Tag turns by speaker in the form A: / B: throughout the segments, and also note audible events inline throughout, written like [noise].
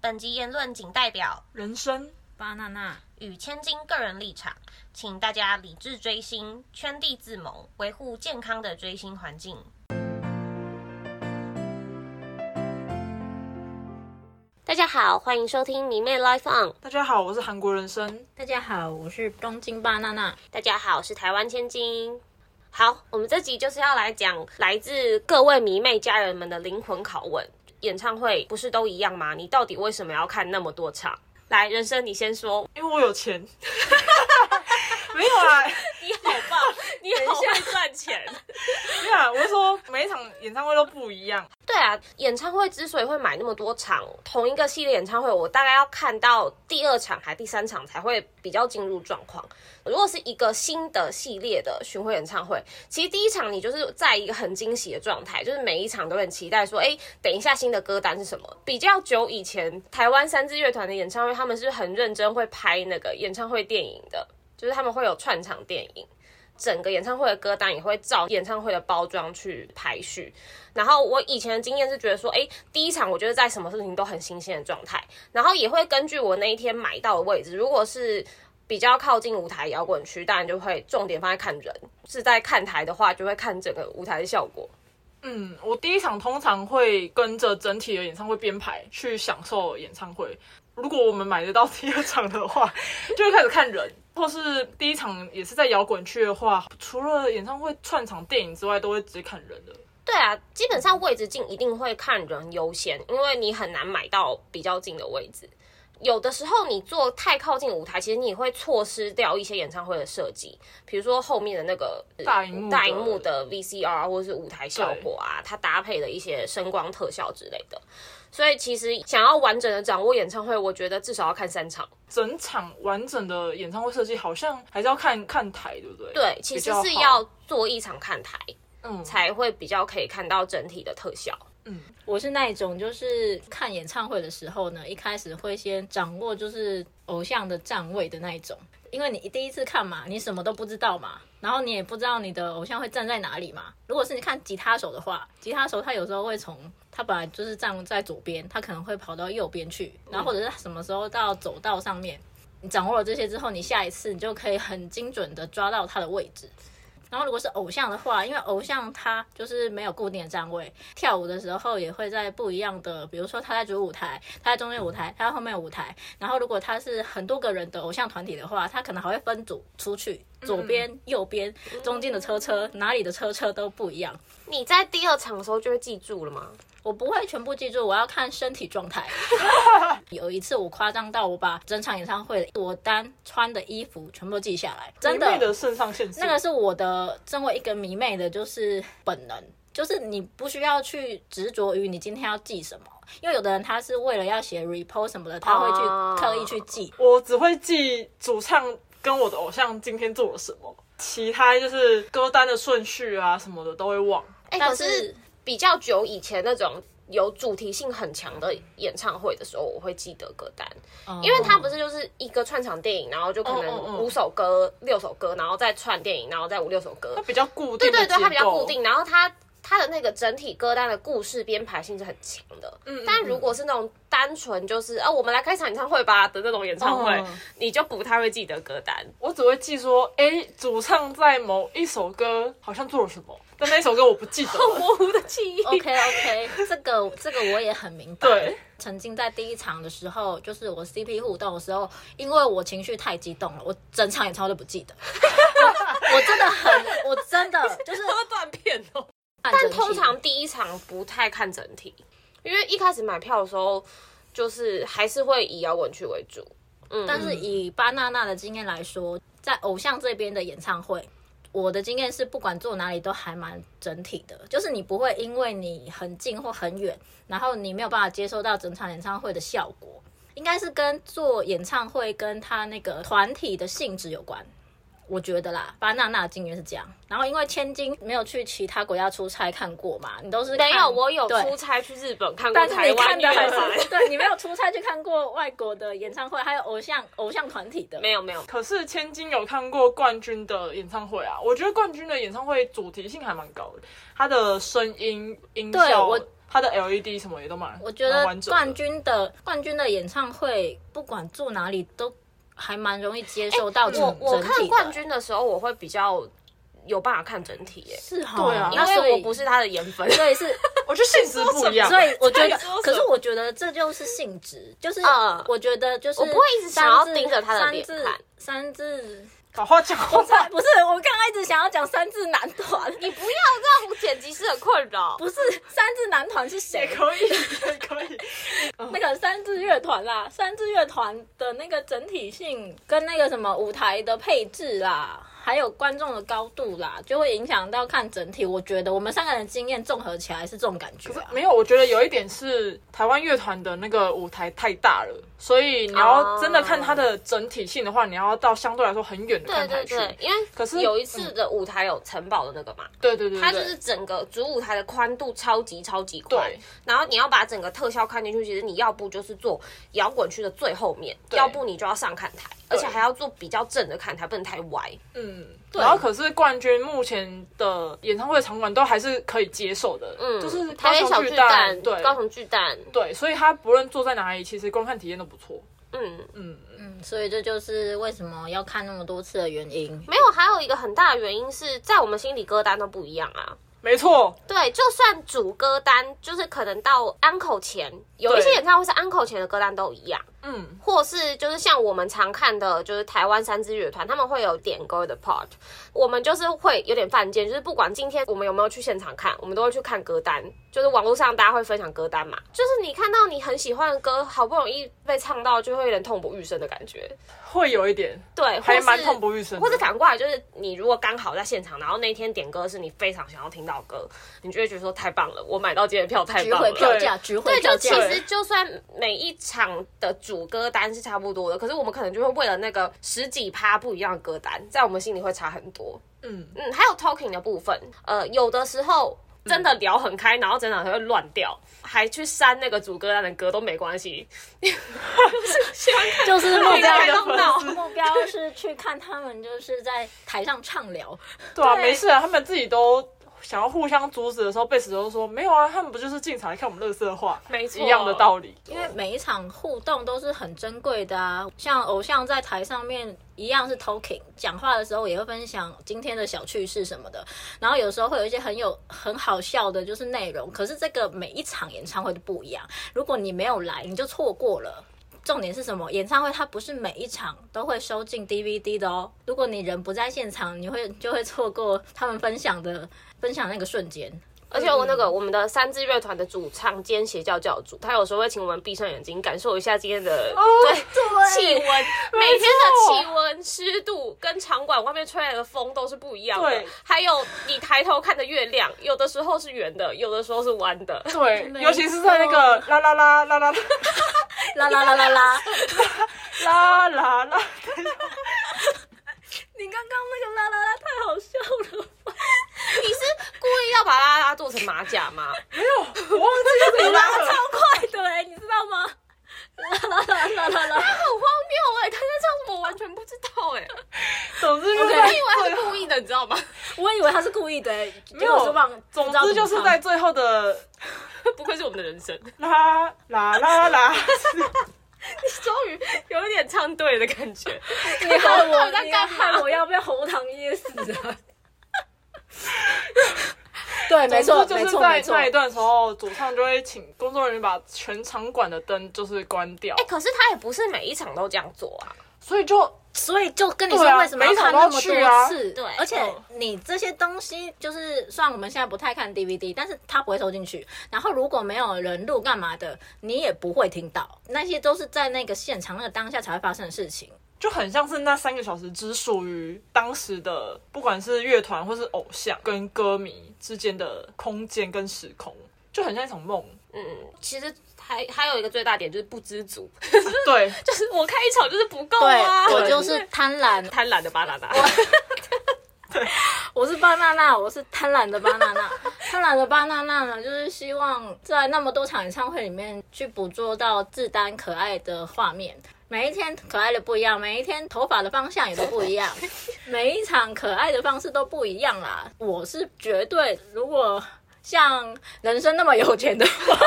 A: 本集言论仅代表
B: 人生
C: 巴娜娜，
A: 与千金个人立场，请大家理智追星，圈地自萌，维护健康的追星环境。大家好，欢迎收听迷妹 Life On。
B: 大家好，我是韩国人生。
C: 大家好，我是东京巴娜娜。
A: 大家好，我是台湾千金。好，我们这集就是要来讲来自各位迷妹家人们的灵魂拷问：演唱会不是都一样吗？你到底为什么要看那么多场？来，人生你先说，
B: 因为我有钱， [laughs] 没有啊，
A: 你好棒，你很会赚钱。
B: 没有啊，我是说每一场演唱会都不一样。
A: 对啊，演唱会之所以会买那么多场，同一个系列演唱会，我大概要看到第二场还第三场才会比较进入状况。如果是一个新的系列的巡回演唱会，其实第一场你就是在一个很惊喜的状态，就是每一场都很期待说，哎，等一下新的歌单是什么？比较久以前，台湾三支乐团的演唱会，他们是很认真会拍那个演唱会电影的，就是他们会有串场电影。整个演唱会的歌单也会照演唱会的包装去排序，然后我以前的经验是觉得说，哎，第一场我觉得在什么事情都很新鲜的状态，然后也会根据我那一天买到的位置，如果是比较靠近舞台摇滚区，当然就会重点放在看人；是在看台的话，就会看整个舞台的效果。
B: 嗯，我第一场通常会跟着整体的演唱会编排去享受演唱会。如果我们买得到第二场的话， [laughs] 就会开始看人，或是第一场也是在摇滚区的话，除了演唱会串场电影之外，都会直接看人的。
A: 对啊，基本上位置近一定会看人优先，因为你很难买到比较近的位置。有的时候你坐太靠近舞台，其实你也会错失掉一些演唱会的设计，比如说后面的那个呃
B: 大荧幕的
A: 大荧幕的 VCR 啊或者是舞台效果啊，它搭配的一些声光特效之类的。所以其实想要完整的掌握演唱会，我觉得至少要看三场。
B: 整场完整的演唱会设计好像还是要看看台，对不对？
A: 对，其实是
B: 比较好
A: 要做一场看台，
B: 嗯
A: 才会比较可以看到整体的特效。
B: 嗯，
C: 我是那一种，就是看演唱会的时候呢，一开始会先掌握就是偶像的站位的那一种，因为你第一次看嘛，你什么都不知道嘛，然后你也不知道你的偶像会站在哪里嘛。如果是你看吉他手的话，吉他手他有时候会从他本来就是站在左边，他可能会跑到右边去，然后或者是他什么时候到走道上面。你掌握了这些之后，你下一次你就可以很精准的抓到他的位置。然后如果是偶像的话，因为偶像他就是没有固定的站位，跳舞的时候也会在不一样的，比如说他在主舞台，他在中间舞台，他在后面舞台。然后如果他是很多个人的偶像团体的话，他可能还会分组出去，左边、右边、中间的车车，哪里的车车都不一样。
A: 你在第二场的时候就会记住了吗？
C: 我不会全部记住，我要看身体状态。有一次我夸张到我把整场演唱会我单穿的衣服全部都记下来，真
B: 迷妹的肾上腺素
C: 那个是我的身为一个迷妹的，就是本能，就是你不需要去执着于你今天要记什么，因为有的人他是为了要写 report 什么的，他会去
A: 哦
C: 刻意去记。
B: 我只会记主唱跟我的偶像今天做了什么，其他就是歌单的顺序啊什么的都会忘。
A: 哎、
C: 但
A: 可是
C: 是
A: 比较久以前那种有主题性很强的演唱会的时候，我会记得歌单，因
C: 嗯
A: 为它不是就是一个串场电影，然后就可
B: 哦哦哦
A: 能
B: 哦
A: 五首歌、六首歌，然后再串电影，然后再五六首歌
B: 它。比较固
A: 对
B: 定的
A: 对对，它比
B: 结
A: 较
B: 构
A: 固。定，然后它。它的那个整体歌单的故事编排性是很强的，嗯
B: 嗯
A: 但如果是那种单纯就是啊，我们来开场演唱会吧的那种演唱会，
B: 嗯
A: 你就不太会记得歌单。
B: 我只会记说，哎、主唱在某一首歌好像做了什么，但那一首 [laughs] 歌我不记得
C: [laughs]
B: 了。
A: 模糊的记忆
C: OK OK，这 [laughs] 个这个我也很明白。
B: 对，
C: 曾经在第一场的时候，就是我 CP 互动的时候，因为我情绪太激动了，我整场演唱会都
A: [laughs]
C: 不记得。我我真的很，我真的就是
B: 它断片哦。
C: 按
A: 但
C: 整体
A: 通常第一场不太看整体，因为一开始买票的时候，就是还是会以摇滚区为主。嗯，
C: 但是以巴娜娜的经验来说，在偶像这边的演唱会，我的经验是不管坐哪里都还蛮整体的，就是你不会因为你很近或很远，然后你没有办法接受到整场演唱会的效果，应该是跟做演唱会跟他那个团体的性质有关。我觉得啦，巴娜娜的经验是这样。然后因为千金没有去其他国家出差看过嘛，你都是
A: 没有，
C: 看
A: 我有
C: 对
A: 出差去日本看过
C: 但是
A: 台
C: 你
A: 湾
C: 看的
A: 乐
C: 还
A: 团，
C: 是 [laughs] 对你没有出差去看过外国的演唱会，还有偶像偶像团体的，
A: [laughs] 没有没
C: [laughs]
A: 有，
B: 可是千金有看过冠军的演唱会啊，我觉得冠军的演唱会主题性还蛮高的，它的声音音
C: 对
B: 效
C: 我
B: 它的 LED 什么也都蛮，
C: 我觉得
B: 蛮完整的
C: 冠军的冠军的演唱会，不管住哪里都还蛮容易接受到整、
A: 哎我我
C: 整体
A: 看
C: 的
A: 冠军的时候，我会比较有办法看整体耶，
C: 是哈，
B: 对啊
A: 因
C: 那所
A: 为
C: 以
A: 我不是他的颜粉。
C: 对是，
B: 我觉得性质不一样。
C: 所以我
B: [laughs]
C: 觉得
B: 你说，什
C: 可
B: 么
C: 是我觉得这就是性质，就是
A: 嗯
C: 我觉得就是
A: 我不会一直想要盯着他的脸
C: 三字
A: 看
C: 三字，
B: 好好
A: [laughs]
B: 讲话
C: 不是不是，我刚刚一直想要讲三字男团，
A: [laughs] 你不要让剪辑师很困扰。
C: 不是三字男团是
B: 也
C: 谁？
B: 可以，也可以。
C: [laughs] 那个三支乐团啦，三支乐团的那个整体性跟那个什么舞台的配置啦，还有观众的高度啦，就会影响到看整体。我觉得我们三个人的经验综合起来是这种感觉、啊。
B: 没有，我觉得有一点是台湾乐团的那个舞台太大了，所以你要
A: 哦
B: 真的看它的整体性的话，你要到相对来说很远的
A: 对
B: 看
A: 对
B: 台去。
A: 对，因为
B: 可是
A: 有一次的舞台有城堡的那个嘛，
B: 对对对，
A: 它就
B: 对
A: 是整个主舞台的宽度超级超级宽
B: 对，
A: 然后你要把整个特效看进去，其实你要不就是坐摇滚区的最后面，
B: 对
A: 要不你就要上看台，而且还要坐比较正的看台，不能太歪。
B: 嗯，然后可是冠军目前的演唱会场馆都还是可以接受的，
A: 嗯，
B: 就是高
A: 台北小
B: 雄巨
A: 蛋，
B: 对
A: 高雄巨蛋，
B: 对，所以他不论坐在哪里，其实观看体验都不错。
A: 嗯，
B: 嗯，
C: 嗯，所以这就是为什么要看那么多次的原因。
A: 没有，还有一个很大的原因是在我们心里歌单都不一样啊。
B: 没错，
A: 对，就算主歌单，就是可能到安口前，有一
B: 对
A: 些演唱会是安口前的歌单都一样，
B: 嗯，
A: 或是就是像我们常看的，就是台湾三支乐团，他们会有点歌的 part，我们就是会有点犯贱，就是不管今天我们有没有去现场看，我们都会去看歌单，就是网络上大家会分享歌单嘛，就是你看到你很喜欢的歌，好不容易被唱到，就会有点痛不欲生的感觉，
B: 会有一点，
A: 对，或
B: 还
A: 是
B: 蛮痛不欲生的
A: 或者反过来，就是你如果刚好在现场，然后那一天点歌是你非常想要听到的歌，你就会觉得说太棒了，我买到今天的票太
C: 局
A: 棒
C: 回
A: 了。
C: 票价，局回
A: 对，
C: 票
A: 就
C: 价
A: 其。实就算每一场的主歌单是差不多的，可是我们可能就会为了那个十几趴不一样的歌单，在我们心里会差很多。
B: 嗯，
A: 嗯，还有 talking 的部分，呃，有的时候真的聊很开，然后整场就会乱掉，还去删那个主歌单的歌都没关系。
C: 就是目标
A: 还弄到
C: 目标是去看他们就是在台上畅聊，
B: 对啊，
A: 对
B: 没事啊，他们自己都。想要互相阻止的时候，贝斯都说没有啊，他们不就是进场来看我们乐色话，
A: 没错
B: 一样的道理。
C: 因为每一场互动都是很珍贵的啊。像偶像在台上面一样是 talking，讲话的时候也会分享今天的小趣事什么的，然后有时候会有一些很有很好笑的，就是内容。可是这个每一场演唱会都不一样，如果你没有来，你就错过了。重点是什么？演唱会它不是每一场都会收进 DVD 的哦。如果你人不在现场，你会就会错过他们分享的分享那个瞬间。
A: 而且我那个我们的三支乐团的主唱兼邪教教主，他有时候会请我们闭上眼睛，感受一下今天的、对气温，每天的气温、湿度跟场馆外面吹来的风都是不一样的
B: 对。
A: 还有你抬头看的月亮，有的时候是圆的，有的时候是弯的。
B: 对，
C: 没
B: 尤其是在那个啦啦啦啦啦啦
C: 啦啦啦啦啦！
B: 啦啦啦，
C: 你刚刚那个啦啦啦太好笑了。
A: 你是故意要把拉拉做成马甲 [laughs] 吗？
B: 没有，我忘记是谁拉
C: [laughs]
B: 了。
C: 快的哎、你知道吗？啦啦啦啦啦啦！
A: 很荒谬哎、他在唱什么我完全不知道哎、
B: 总之就是
A: 我
B: 在
A: 以为他是故意的，你知道吗？ [laughs]
C: 我以为他是故意的、欸，
B: 没
C: 结果是
B: 有
C: 忘。
B: 总之就是在最后的
A: 不愧是我们的人生，
B: 啦啦啦啦，
A: 终于有一点唱对的感觉。
C: 你害我，
A: 在
C: 你
A: 干嘛
C: 害我要被喉糖噎死啊！ [laughs] 对，没错，
B: 总之
C: 没
B: 就是
C: 错，
B: 在
C: 没错
B: 那。一段时候，主唱就会请工作人员把全场馆的灯就是关掉
A: 哎、，可是他也不是每一场都这样做啊。
B: 所以就
C: 所以就跟你
B: 对啊
C: 说，为什么要哦看那么
B: 每一场都要
C: 多
A: 去
C: 次？
A: 啊对
C: 而且你这些东西，就是虽然我们现在不太看 DVD，但是它不会收进去。然后如果没有人录干嘛的，你也不会听到。那些都是在那个现场、那个当下才会发生的事情。
B: 就很像是那三个小时只属于当时的，不管是乐团或是偶像跟歌迷之间的空间跟时空，就很像一场梦。
A: 嗯，其实还还有一个最大点就是不知足， [laughs]
C: 嗯
B: 对，
A: 就是我看一场就是不够
C: 对
A: 啊，
C: 我就是贪婪，
A: 贪婪的巴拿达。
C: 我是巴娜娜，我是贪婪的巴娜娜。 [laughs] 贪婪的巴娜娜呢，就是希望在那么多场演唱会里面去捕捉到自丹可爱的画面。每一天可爱的不一样，每一天头发的方向也都不一样，每一场可爱的方式都不一样啦。我是绝对，如果像人生那么有钱的话，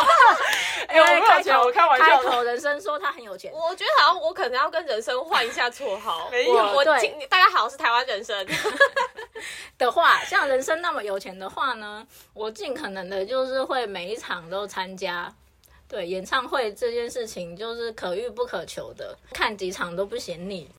B: 哎、我没有
C: 开
B: 钱，
C: 头
B: 我 [laughs] 开玩笑
C: 开
B: 的。
C: 头人生说他很有钱，
A: 我觉得好像我可能要跟人生换一下绰 [laughs] 号，
B: 没有
A: 我我
C: 对
A: 今大家好我是台湾人生， [laughs]
C: 的话，像人生那么有钱的话呢，我尽可能的就是会每一场都参加。对，演唱会这件事情就是可遇不可求的，看几场都不嫌腻。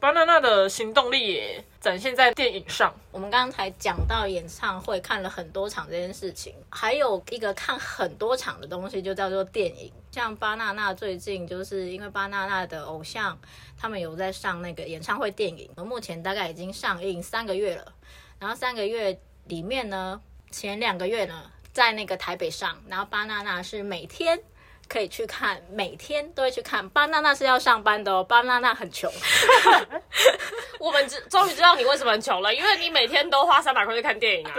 B: 巴娜娜的行动力也展现在电影上，
C: 我们刚才讲到演唱会看了很多场这件事情，还有一个看很多场的东西就叫做电影。像巴娜娜最近就是因为巴娜娜的偶像，他们有在上那个演唱会电影，目前大概已经上映三个月了。然后三个月里面呢，前两个月呢在那个台北上，然后巴娜娜是每天。可以去看，每天都会去看。巴娜娜是要上班的哦，巴娜娜很穷，
A: 我们知终于知道你为什么很穷了，因为你每天都花三百块去看电影啊，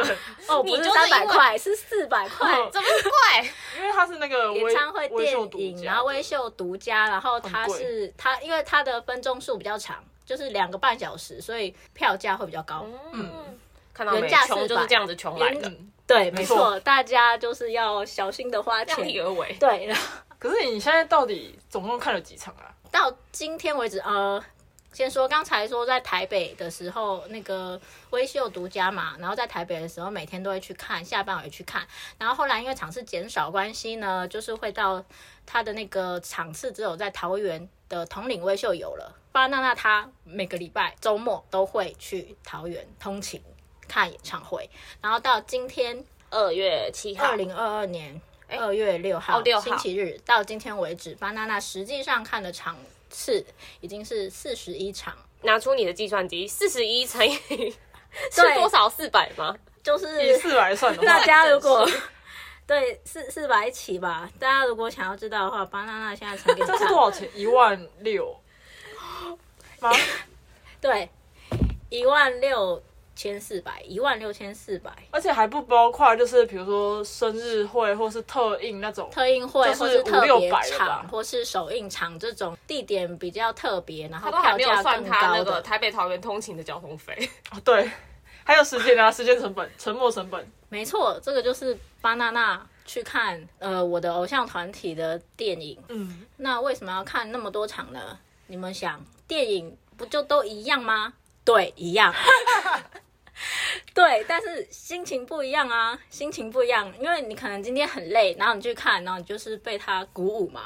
C: 哦，
A: 你
C: 不
A: 就是是
C: 三百
A: 因为哦
C: 块，是四百块。
A: 怎么怪？
B: 因为它是那个微
C: 演唱会
B: 微
C: 电
B: 秀独
C: 影，
B: 家
C: 然后微秀独家，然后它
B: 很贵
C: 是它，因为它的分钟数比较长，就是两个半小时，所以票价会比较高。
A: 嗯，看到没
C: 原价？
A: 穷就是
C: 400
A: 这样子穷来的，
B: 嗯
C: 对，
B: 没
C: 没
B: 错
C: 错，大家就是要小心的花
A: 量力
C: 钱。
A: 而为。
C: 对，然后
B: 可是你现在到底总共看了几场啊？
C: 到今天为止，呃，先说刚才说在台北的时候，那个微秀独家嘛，然后在台北的时候每天都会去看，下班也去看，然后后来因为场次减少关系呢，就是会到它的那个场次只有在桃园的统领微秀有了。巴娜娜她每个礼拜周末都会去桃园通勤看演唱会，然后到今天
A: 二月七号
C: 二，零二二年二月六号,、
A: 哦6号
C: 星期日到今天为止，巴娜娜实际上看的场次已经是四十一场，
A: 拿出你的计算机，四十一乘以是
C: 对
A: 多少？四百吗？
C: 就是
B: 以四来算的话，
C: [laughs] 大家如果 [laughs] 对四四百起吧，大家如果想要知道的话，巴娜娜现在
A: [laughs]
C: 成给你
B: 这是
C: 看
B: 多，少钱？一万
C: [laughs]
B: 六吗？
C: 对，一万六千四百，一万六千四百。
B: 而且还不包括就是比如说生日会或是特映那种，
C: 特映会
B: 就是
C: 或是特别
B: 500-600了吧
C: 场，或是首映场这种地点比较特别，然后
A: 他都还
C: 票
A: 没有
C: 价
A: 算
C: 更
A: 他那
C: 高
A: 个
C: 的，
A: 台北桃园通勤的交通费， [laughs]
B: 哦对，还有时间啊，时间成本、沉没
C: [laughs]
B: 成本。
C: 没错，这个就是巴娜娜去看呃我的偶像团体的电影。
B: 嗯，
C: 那为什么要看那么多场呢？你们想，电影不就都一样吗？对，一样。 [laughs] 对，但是心情不一样啊，心情不一样，因为你可能今天很累，然后你去看，然后你就是被它鼓舞嘛。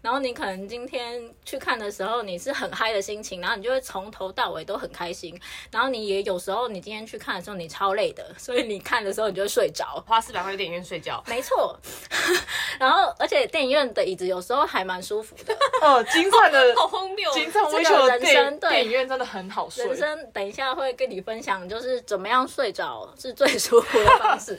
C: 然后你可能今天去看的时候，你是很嗨的心情，然后你就会从头到尾都很开心。然后你也有时候，你今天去看的时候，你超累的，所以你看的时候你就会
A: [laughs]
C: 睡着。
A: 花四百块去电影院睡觉。
C: 没错，然后而且电影院的椅子有时候还蛮舒服的，
B: 哦，金灿的
A: 好荒谬哦！
B: 金灿微秀的
C: 这个人
B: 电
C: 生对
B: 电影院真的很好睡
C: 人，生等一下会跟你分享，就是怎么样睡着是最舒服的方式。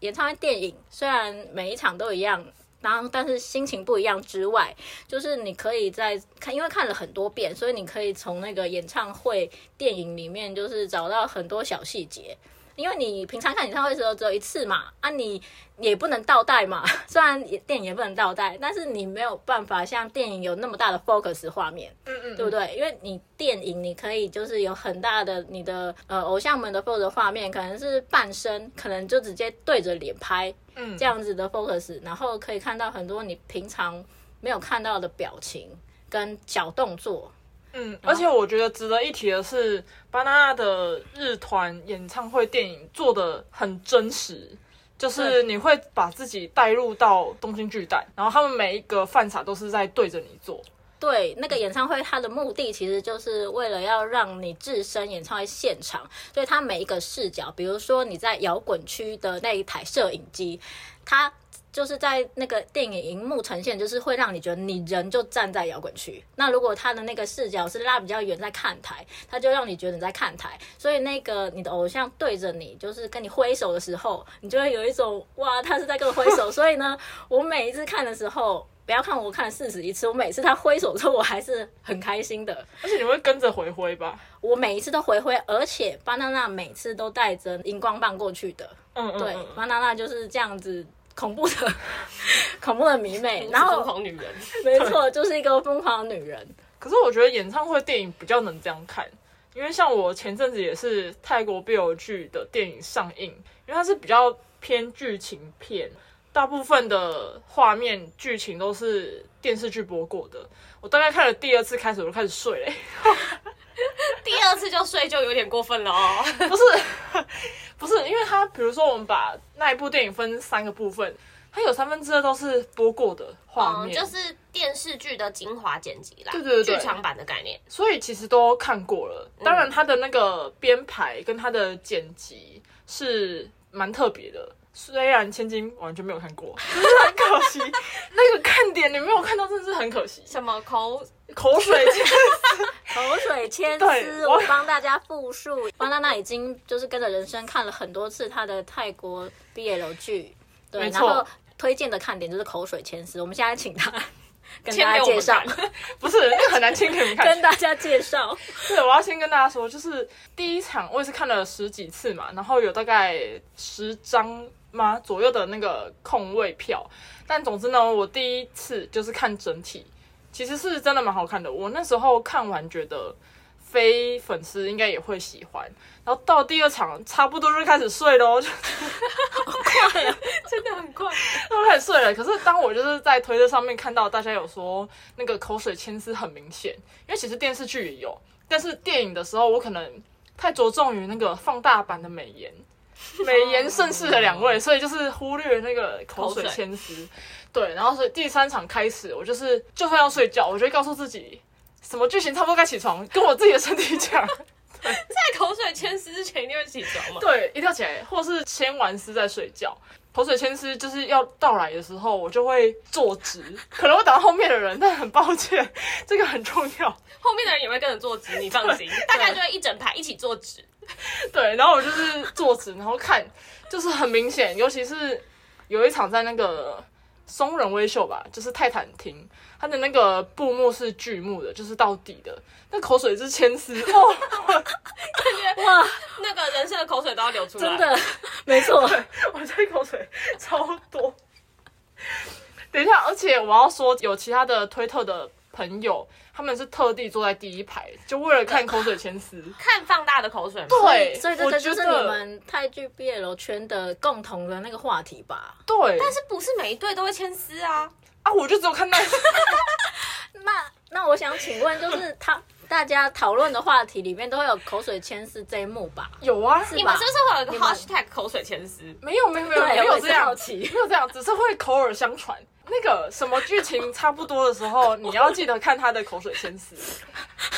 C: 演唱会、电影虽然每一场都一样，然后但是心情不一样之外，就是你可以在看，因为看了很多遍，所以你可以从那个演唱会、电影里面就是找到很多小细节。因为你平常看演唱会的时候只有一次嘛，啊，你也不能倒带嘛。 [laughs] 虽然也电影也不能倒带，但是你没有办法像电影有那么大的 focus 画面。
B: 嗯嗯，
C: 对不对？因为你电影，你可以就是有很大的你的呃偶像们的 pose 的画面，可能是半身，可能就直接对着脸拍
B: 嗯
C: 这样子的 focus，然后可以看到很多你平常没有看到的表情跟小动作。
B: 嗯，而且我觉得值得一提的是，巴娜娜的日团演唱会电影做的很真实，就是你会把自己带入到东京巨蛋，然后他们每一个饭傻都是在对着你做，
C: 对，那个演唱会它的目的其实就是为了要让你置身演唱会现场，所以它每一个视角，比如说你在摇滚区的那一台摄影机，它就是在那个电影荧幕呈现，就是会让你觉得你人就站在摇滚区。那如果它的那个视角是拉比较远在看台，它就让你觉得你在看台。所以那个你的偶像对着你，就是跟你挥手的时候，你就会有一种哇，他是在跟我挥手。所以呢，我每一次看的时候。不要看我看了四十一次，我每次他挥手之后，我还是很开心的。
B: 而且你会跟着回挥吧，
C: 我每一次都回挥，而且巴娜娜每次都带着荧光棒过去的。
B: 嗯嗯，
C: 对
B: 嗯，
C: 巴娜娜就是这样子恐怖的、 [laughs] 恐怖的迷妹，然
A: 疯
C: 后
A: 狂女人，
C: 没错，就是一个疯狂的女人。
B: 可是我觉得演唱会电影比较能这样看，因为像我前阵子也是泰国 BL 剧的电影上映，因为它是比较偏剧情片，大部分的画面剧情都是电视剧播过的。我大概看了第二次开始，我就开始睡了、 [laughs]
A: 第二次就睡就有点过分了哦。
B: 不是，不是，因为它比如说我们把那一部电影分三个部分，它有三分之二都是播过的画
A: 嗯，
B: 面，
A: 就是电视剧的精华剪辑啦，
B: 对对对对
A: 剧场版的概念。
B: 所以其实都看过了。当然，它的那个编排跟它的剪辑是蛮特别的。虽然千金完全没有看过，真是很可惜。那个看点你没有看到，真的是很可惜。
A: 什么口
B: 口水 [laughs] 间
C: 口水千
B: 对
C: 丝，
B: 我
C: 我帮大家复述。巴娜娜已经就是跟着人生看了很多次她的泰国 BL 剧，对，
B: 没
C: 然
B: 错
C: 后推荐的看点就是口水千丝。我们现在请她 [laughs] 跟
A: 先
C: 大
A: 给
C: 家
A: 我
C: 介
A: 们
C: 绍
A: 看，，
B: 不是那个很难听给你们看。
C: 跟大家
B: [laughs]
C: 介绍，
B: 对，我要先跟大家说，就是第一场我也是看了十几次嘛，然后有大概十张吗左右的那个空位票，但总之呢，我第一次就是看整体，其实是真的蛮好看的。我那时候看完觉得。非粉丝应该也会喜欢，然后到第二场差不多就开始睡咯，就
A: [laughs] 真的很快。
B: 都开始睡了。可是当我就是在推特上面看到大家有说那个口水牵丝很明显，因为其实电视剧也有，但是电影的时候我可能太着重于那个放大版的美颜。 [laughs] 美颜盛世的两位，所以就是忽略那个口水
A: 口水
B: 牵丝，对，然后所以第三场开始，我就是就算要睡觉，我就会告诉自己，什么剧情差不多该起床，跟我自己的身体讲，
A: 在口水牵丝之前一定会起床 [laughs] 嘛？
B: 对，一定要起来，或是签完诗再睡觉。口水签诗就是要到来的时候，我就会坐直，可能会打到后面的人，但很抱歉，这个很重要。
A: 后面的人也会跟着坐直，你放心，大概就会一整排一起坐直。
B: 对，然后我就是坐直，然后看，就是很明显，尤其是有一场在那个松仁威秀吧，就是泰坦厅，它的那个布幕是剧幕的，就是到底的，那口水是牵丝哦，
C: 哇，
A: 那个人生的口水都要流出来，
C: 真的，没错，
B: 我这口水 [laughs] 超多。等一下，而且我要说，有其他的推特的朋友，他们是特地坐在第一排，就为了看口水牵丝。
A: 看放大的口水吗？
B: 对，
C: 所以这
B: 我
C: 个
B: 觉
C: 就是
B: 得
C: 你们泰剧 BL 圈的共同的那个话题吧。
B: [laughs] 对，但
A: 但是不是每一对都会牵丝啊？
B: 啊，我就只有看那一次
C: 那那我想请问，就是他大家讨论的话题里面都会有口水牵丝这一幕吧？
B: [laughs] 有啊，
A: 你们
C: 是吧
A: 是不是会有一
C: 你
A: 个
C: 们
A: hashtag 口水牵丝？
B: 没有没有没有
C: 对
B: 没
C: 我
B: 有
C: 也是
B: 这样，
C: 好奇
B: 没有这样，只是会口耳相传。那个什么剧情差不多的时候，你要记得看他的口水牵丝。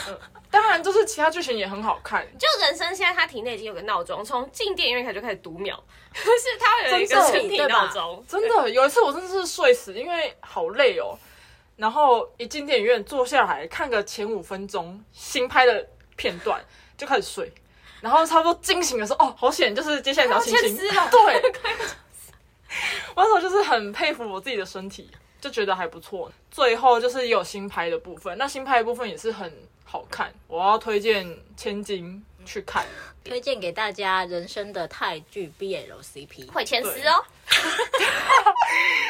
B: 嗯，当然就是其他剧情也很好看，
A: 就人生现在他体内已经有个闹钟，从进电影院开始就开始读秒， [laughs] 就是他会有一个
B: 真的
A: 身体
C: 对吧
A: 闹钟，
B: 真的，有一次我真的是睡死，因为好累哦。然后一进电影院坐下来看个前五分钟新拍的片段，就开始睡。然后差不多惊醒的时候，哦，好险，就是接下来只要清
A: 要
B: 醒
A: 签字了。
B: [laughs] 对，我那时候就是很佩服我自己的身体，就觉得还不错。最后就是也有新拍的部分，那新拍的部分也是很好看，我要推荐千金去看。
C: 推荐给大家人生的泰剧 BL CP，
A: 会牵丝哦。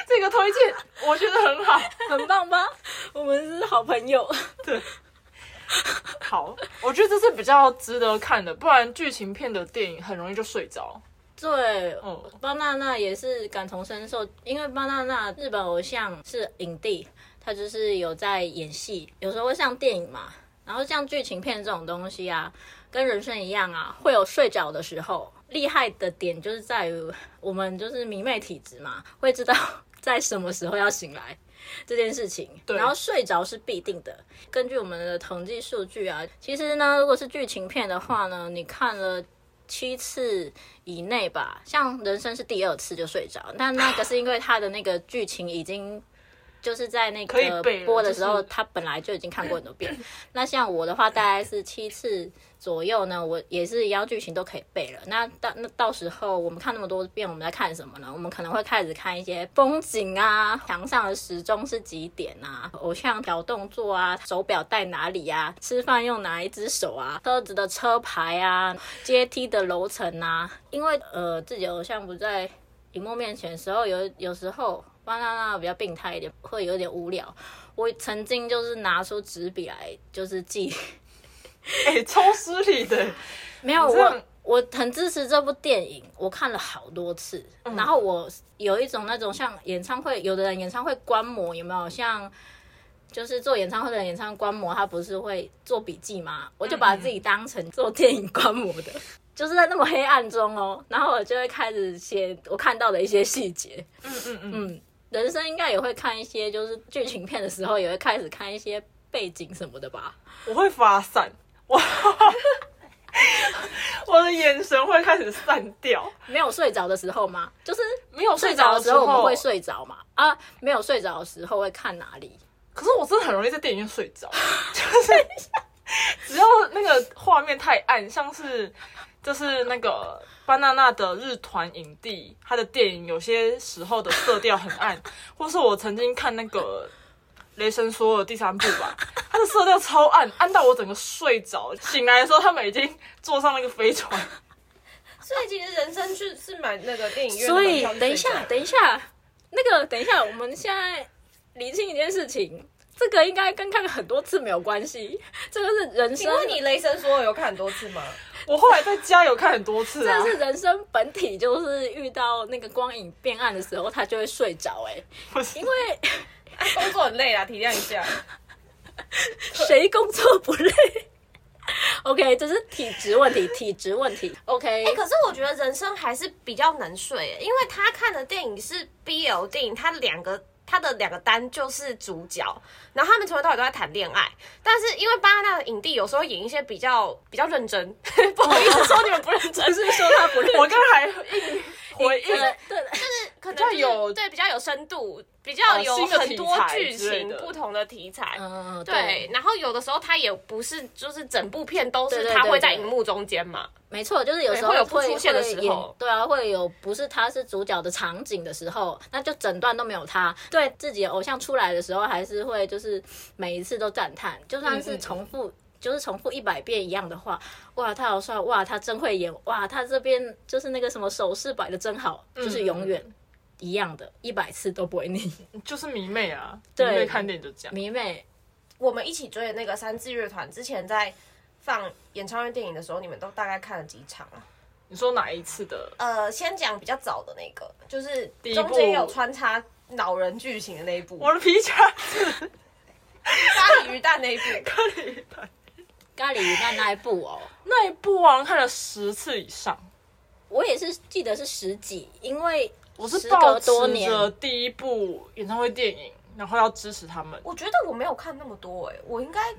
B: 这个推荐我觉得很好。
C: 很棒吧？我们是好朋友。
B: 好，我觉得这是比较值得看的，不然剧情片的电影很容易就睡着。
C: 对，
B: 嗯，
C: 巴娜娜也是感同身受，因为巴娜娜日本偶像是影帝，他就是有在演戏，有时候会上电影嘛。然后像剧情片这种东西啊，跟人生一样啊，会有睡着的时候。厉害的点就是在于我们就是迷妹体质嘛，会知道 [laughs] 在什么时候要醒来这件事情。
B: 对
C: 然后睡着是必定的。根据我们的统计数据啊，其实呢，如果是剧情片的话呢，你看了七次以内吧，像人生是第二次就睡着，
B: [sighs]
C: 但那个是因为他的那个剧情已经就是在那
B: 可以
C: 个
B: 背了
C: 播的时
B: 就
C: 候，
B: 是
C: 他本来就已经看过很多
B: [laughs]
C: 遍。那像我的话，大概是七次左右呢，我也是一样剧情都可以背了。那到那到时候我们看那么多遍，我们在看什么呢？我们可能会开始看一些风景啊， [laughs] 墙上的时钟是几点啊，偶像小动作啊，手表戴哪里啊，吃饭用哪一只手啊，车子的车牌啊，阶梯的楼层啊。因为呃，自己的偶像不在荧幕面前的时候，有有时候。巴娜娜比较病态一点，会有点无聊。我曾经就是拿出纸笔来，就是记
B: 哎、超失礼的，
C: 没有
B: 这样
C: 我，我很支持这部电影，我看了好多次。然后我有一种那种像演唱会，有的人演唱会观摩有没有？像就是做演唱会的人演唱会观摩，他不是会做笔记吗？我就把自己当成做电影观摩的，就是在那么黑暗中哦。然后我就会开始写我看到的一些细节。
B: 嗯嗯嗯，
C: 嗯，人生应该也会看一些，就是剧情片的时候也会开始看一些背景什么的吧。
B: 我会发散，
C: [laughs]
B: 我我的眼神会开始散掉。
C: 没有睡着的时候吗？就是
B: 没有
C: 睡
B: 睡
C: 着
B: 着
C: 的
B: 的
C: 时
B: 时
C: 候
B: 候
C: 我们会睡着嘛？啊，没有睡着的时候会看哪里？
B: 可是我真的很容易在电影院睡着， [laughs] 就是只要那个画面太暗，像是就是那个巴娜娜的日团影帝，他的电影有些时候的色调很暗， [laughs] 或是我曾经看那个。雷神说的第三部吧，它的色调超暗，暗到我整个睡着。醒来的时候，他们已经坐上那个飞船。
A: 所以其实人生是是买那个电影院的
C: 所
A: 门
C: 以
A: 票去睡觉的，
C: 等一下，等一下，那个等一下，我们现在理清一件事情，这个应该跟看了很多次没有关系，这个是人
A: 请
C: 生，
A: 问你雷神说有看很多次 [laughs] 吗？
B: 我后来在家有看很多次啊
C: 这，是人生本体，就是遇到那个光影变暗的时候，他就会睡着、欸。
B: 不是
C: 因为
A: 啊工作很累啦，体谅一 [laughs] 下。
C: 谁工作不累？OK，这是体质问题，体质问题。OK，、
A: 哎、可是我觉得人生还是比较能睡耶，因为他看的电影是 BL 电影，他两个他的两个单就是主角，然后他们从头到尾都在谈恋爱。但是因为巴拿纳的影帝有时候演一些比较比较认真， [laughs] 不好意思说你们不认真，
C: 不是说呃他不累，
B: 我刚才还硬回应
C: 对对
A: 可能、就是、
B: 比较有
A: 对比较有深度，比较有
B: 哦新的
A: 很多
B: 题材
A: 剧
B: 之类
A: 情
B: 的
A: 不同的题材。
C: 嗯，
A: 对，，然后有的时候他也不是，就是整部片都
C: 对
A: 是
C: 对
A: 他
C: 对
A: 会在
C: 对
A: 荧幕中间嘛。
C: 没错，就是有时候
A: 对会有不出现的时候
C: 会演对啊，会有不是他是主角的场景的时候，那就整段都没有他。对自己的偶像出来的时候，还是会就是每一次都赞叹，就算
A: 嗯
C: 是重复。就是重复一百遍一样的话，哇，他好帅，哇，他真会演，哇，他这边就是那个什么手势摆的真好，就是永远
A: 嗯
C: 一样的，一百次都不会腻。 [laughs]
B: 就是迷妹啊，迷
C: 对
B: 妹看电影就这样。
C: 迷妹，
A: 我们一起追的那个三字乐团，之前在放演唱会电影的时候，你们都大概看了几场啊？
B: 你说哪一次的？
A: 呃，先讲比较早的那个，就是
B: 一
A: 中
B: 部
A: 间有穿插老人剧情的那一部，
B: 我的皮夹
A: 咖喱鱼蛋那一部。
B: 克里兰
C: 咖喱鱼蛋那一部哦，
B: 那一部啊，看了十次以上。
C: 我也是记得是十几，因为
B: 我是
C: 时
B: 抱
C: 隔
B: 持
C: 多年，
B: 着第一部演唱会电影，然后要支持他们，
A: 我觉得我没有看那么多哎、我应该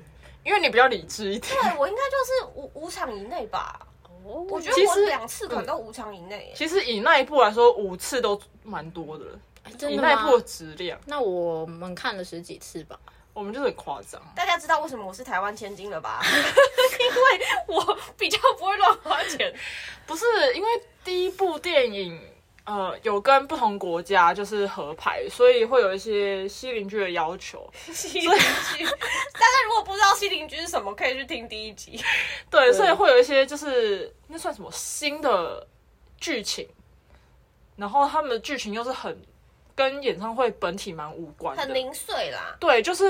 B: 因为你比较理智一点。
A: 对我应该就是五五场以内吧。我
C: 我
A: 觉得
B: 其
A: 我
B: 实
A: 两次可能都五场以内、欸。
B: 其实以那一部来说，五次都蛮多的了。
C: 真
B: 以
C: 的
B: 那一
C: 吗
B: 部的质量，
C: 那我们看了十几次吧。
B: 我们就是很夸张。
A: 大家知道为什么我是台湾千金了 [laughs] 吧？因为我比较不会乱花钱。
B: 不是因为第一部电影，呃，有跟不同国家就是合拍，所以会有一些西邻居的要求。
A: 西邻居，大家如果不知道西邻居是什么，可以去听第一集。
B: 对，所以会有一些就是那算什么新的剧情，然后他们的剧情又是很跟演唱会本体蛮无关
A: 很
B: 的。
A: 零碎啦，
B: 对，就是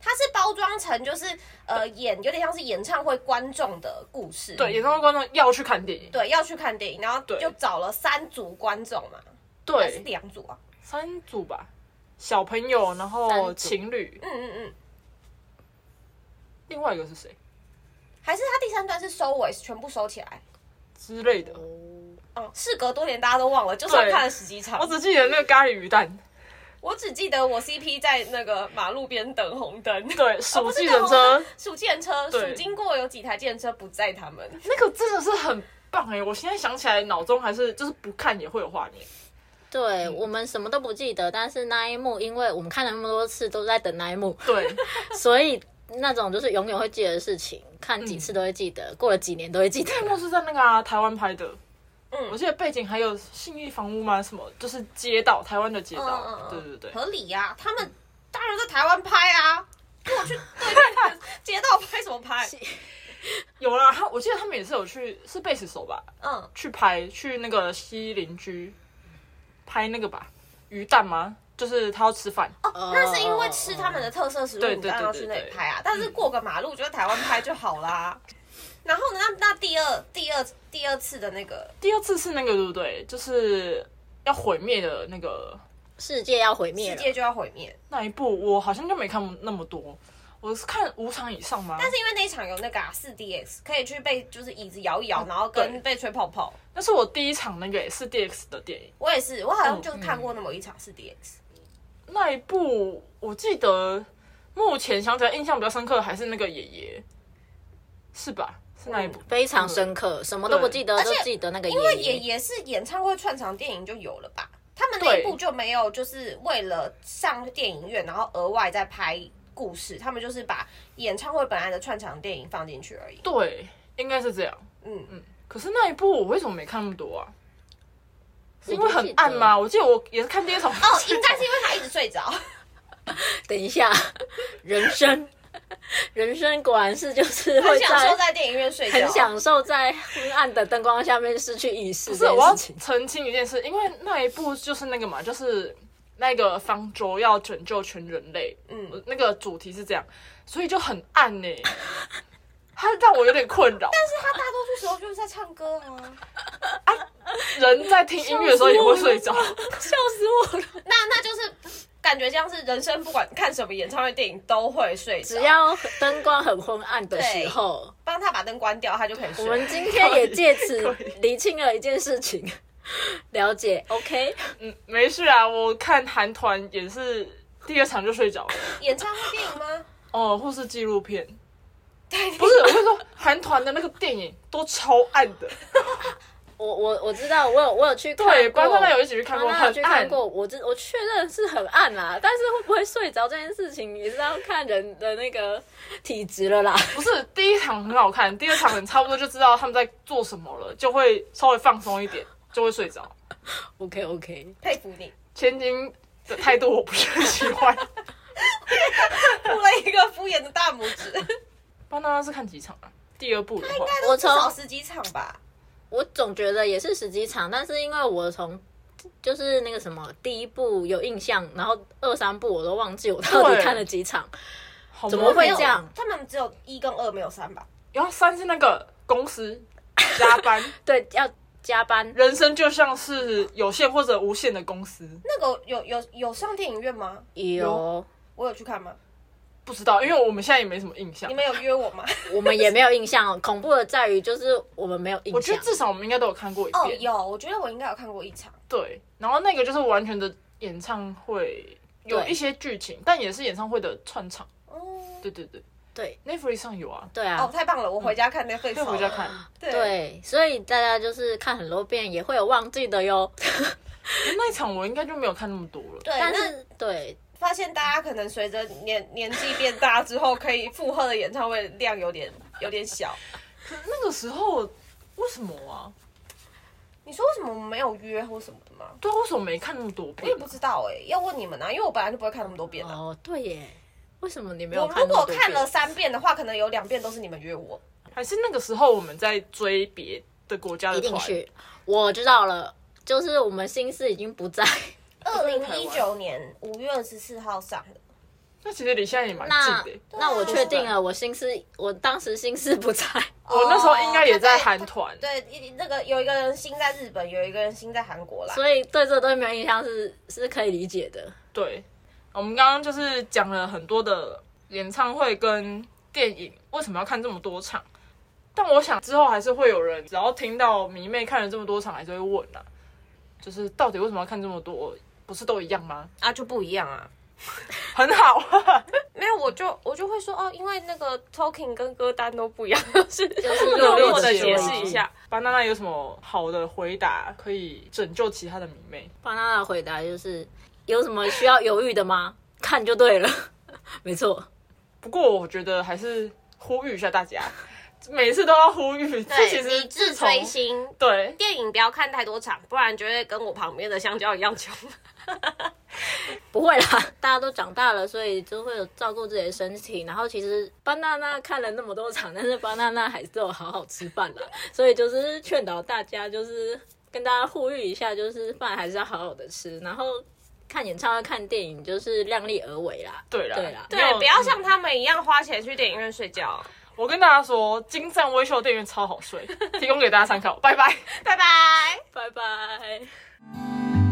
A: 它是包装成就是呃演有点像是演唱会观众的故事，
B: 对演唱会观众要去看电影，
A: 对要去看电影，然后
B: 对
A: 就找了三组观众嘛，还是
B: 对，
A: 两组啊？
B: 三组吧，小朋友，然后
C: 三组
B: 情侣，
A: 嗯嗯嗯，
B: 另外一个是谁
A: 还是他第三段是收尾，全部收起来。
B: 之类的，
A: 嗯，事隔多年，大家都忘了，就算
B: 对
A: 看了十几场，
B: 我
A: 我只
B: 只记得那个咖喱鱼蛋，
A: 我只记得我 CP 在那个马路边等红灯，
B: 对，暑
A: 不是
B: 计
A: 等
B: 人
A: 红
B: 车
A: 灯，，数电车，
B: 对
A: 数经过有几台电车不载他们。
B: 那个真的是很棒哎、我现在想起来，脑中还是就是不看也会有画面。
A: 嗯
C: 对我们什么都不记得，但是那一幕，因为我们看了那么多次，都在等那
A: [laughs]
C: 一幕，
B: [laughs] 对，
C: 所以那种就是永远会记得的事情，看几次都会记得，过了几年都会记得。
B: 那幕是在那个、啊、台湾拍的，
A: 嗯
B: 我记得背景还有信义房屋吗？什么就是街道，台湾的街道，
A: 嗯
B: 对嗯对对。
A: 合理呀、他们当然在台湾拍啊，跟我去对面的街道拍什么拍？
B: 有啦，他我记得他们也是有去，是贝斯手吧，
A: 嗯，
B: 去拍去那个西邻居拍那个吧，鱼蛋吗？就是他要吃饭，
A: 哦，那是因为吃他们的特色食物，
B: 对嗯
A: 你当然要去那
B: 对对
A: 里
B: 对
A: 拍啊。但是过个马路就在台湾拍就好啦。然后呢，那那第二第二第二次的那个，
B: 第二次是那个对不对？就是要毁灭的那个
C: 世界要毁灭
A: 世
C: 了，
A: 界就要毁灭，
B: 那一部，我好像就没看那么多，我是看五场以上吗？
A: 但是因为那一场有那个四、DX，可以去被就是椅子摇一摇，然后跟
B: 哦对
A: 被吹泡泡。
B: 那是我第一场那个也是 DX 的电影，
A: 我也是，我好
B: 嗯
A: 像就看过那么一场四 DX，、
B: 那一部我记得，目前想起来印象比较深刻的还是那个爷爷，是吧？是那一部？
C: 非常深刻，什么都不记得，
A: 嗯而
C: 就
A: 且
C: 记得那个
A: 因为
C: 爷
A: 也
C: 爷。
A: 也是演唱会串场电影就有了吧？他们那一
B: 对
A: 部就没有，就是为了上电影院，然后额外再拍故事，他们就是把演唱会本来的串场电影放进去而已。
B: 对，应该是这样。
A: 嗯嗯，
B: 可是那一部我为什么没看那么多啊？是因为
C: 我就
B: 很
C: 记得
B: 暗吗？我记得我也是看第一场。
A: 哦， [laughs] 应该是因为他一直睡着，
C: 等
A: [laughs]
C: 一下，人生，人生果然是就是
A: [laughs] 很
C: 会
A: 享受
C: 在
A: 在电影院睡觉，
C: 很享受在昏暗的灯光下面失去意
B: [laughs]
C: 识
B: 不是，
C: 这
B: 我
C: 件
B: 要
C: 事情。
B: 澄清一件事，因为那一部就是那个嘛，就是那个方舟要拯救全人类，
A: 嗯，
B: 那个主题是这样，所以就很暗呢、 [laughs] 它让我有点困扰。但
A: 他大多数时候就是在唱歌
C: [laughs]
A: 啊。
B: 是人在听音乐的时候也会睡着，
C: 笑死我了！
A: 那那就是感觉像是人生，不管看什么演唱会、电影都会睡着。
C: 只要灯光很昏暗的时候，
A: 帮他把灯关掉，他就可以
C: 我
A: 睡。
B: 啊
C: 们今天也
B: [laughs]
C: 借此厘清了一件事情，了解 OK？
B: 嗯，没事啊，我看韩团也是第二场就睡着 [laughs] 了。
A: 演唱会电影吗？
C: [laughs]
B: 哦，或是纪录片。
A: 对
B: 不 [laughs] 是，我跟你说，韩团的那个电影都超暗的。
C: 我我我知道，我有我有去看
B: 对，
C: 过，
B: 班上那有一起去看过，
C: 我有
B: 很
C: 去看
B: 暗。
C: 过，我这我确认是很暗啦，但是会不会睡着这件事情也是要看人的那个体
B: [laughs]
C: 质了啦。
B: 不是第一场很好看，第二场你差不多就知道他们在做什么了，就会稍微放松一点，就会睡着。
C: OK OK，
A: 佩服你，
B: 千金的态度我不是很喜 [laughs] 欢。
A: 吐了一个敷衍的大拇指。
B: 班纳拉是看几场啊？第二部的话，
C: 我
A: 至
C: 从
A: 少十几场吧。
C: 我总觉得也是十几场，但是因为我从就是那个什么第一部有印象，然后二三部我都忘记我到底
B: 对
C: 看了几场。
B: 好
C: 怎么
B: 模糊
C: 会这样
A: 他们只有一跟二，没有三吧？
B: 然后三是那个公司加 [laughs] 班，
C: 对，要加班。
B: 人生就像是有限或者无限的公司。
A: 那个有有有上电影院吗？
C: 有，
A: 我有去看吗？
B: 不知道，因为我们现在也没什么印象
A: 你。们有约我吗？
C: 我们也没有印象。恐怖的在于就是我们没有印象。
B: 我觉得至少我们应该都有看过
A: [laughs]
B: 一
A: 哦，
B: 遍。
A: 有，我觉得我应该有看过一场。
B: 对，然后那个就是完全的演唱会，有一些剧情，但也是演唱会的串场。
A: 哦，
B: 对对对
C: 对
B: ，Netflix 上有啊，
C: 对
A: 哦，
C: 啊，
A: 太棒了！我回家看 Netflix
B: 可以
A: 好了。
B: 回家看。
A: 对
C: 对，所以大家就是看很多遍也会有忘记的哟。
B: 那一场我应该就没有看那么多了。
A: 对，
C: 但
A: 那
C: 是对，
A: 发现大家可能随着年年纪变大之后，可以负荷的演唱会量有点有点小。
B: 那个时候为什么啊？
A: 你说为什么我们没有约或什么的吗？
B: 对啊，为什么没看那么多
A: 我
B: 遍
A: 也？不知道哎、要问你们啊，因为我本来就不会看那么多遍啊。
C: 嗯哦，对耶，为什么你没有
A: 我
C: 看那
A: 如
C: 么多
A: 果
C: 遍？
A: 看了三遍的话，可能有两遍都是你们约我。
B: 还是那个时候我们在追别的国家的
C: 一定
B: 团？
C: 去，我知道了，就是我们心思已经
A: [laughs]
C: 不在。
A: 二零一九年五月二十四号上的，
B: 那其实离现在也蛮
C: 那
B: 近的。
C: 那我
A: 对啊
C: 确定了，我心思我当时心思不在，
B: 我那时候应该也在
A: 他
B: 韩团，
A: 对，一那个有一个人心在日本，有一个人心在韩国啦。
C: 所以对这都没有印象是是可以理解的。
B: 对，我们刚刚就是讲了很多的演唱会跟电影，为什么要看这么多场？但我想之后还是会有人，只要听到迷妹看了这么多场，还是会问啊，就是到底为什么要看这么多？不是都一样吗？ [laughs]
A: 啊，就不一样啊。
B: 很好啊，
A: 没有，我就我就会说哦，因为那个 talking 跟歌单都不一样，是
C: 就是
A: 弱
B: 弱
A: 弱
B: 弱
A: 的
B: 的
A: 解
B: 解
A: 释
B: 释
A: 一
B: 一
A: 下
B: 下。巴娜娜有什么好的回答可以拯救其他的迷妹？
C: 巴娜娜回答就是有什么需要犹豫的吗？看就对了， [laughs] 没错。
B: 不过我觉得还是呼吁一下大家，每次都要呼吁。这其实
A: 理智
B: 自从
A: 追星。
B: 对，
A: 电影不要看太多场，不然就会跟我旁边的香蕉一样穷。
C: 不会啦， [laughs] 大家都长大了，所以就会有照顾自己的身体。然后其实巴娜娜看了那么多场，但是巴娜娜还是有好好吃饭啦。所以就是劝导大家，就是跟大家呼吁一下，就是饭还是要好好的吃，然后看演唱会、看电影就是量力而为啦。
B: 对啦，
C: 对啦
B: 没有
A: 对，不要像他们一样花钱去电影院睡觉。
B: 我跟大家说，金赞微秀电源超好睡，提供给大家参考，拜拜。
A: 拜拜。
C: 拜拜。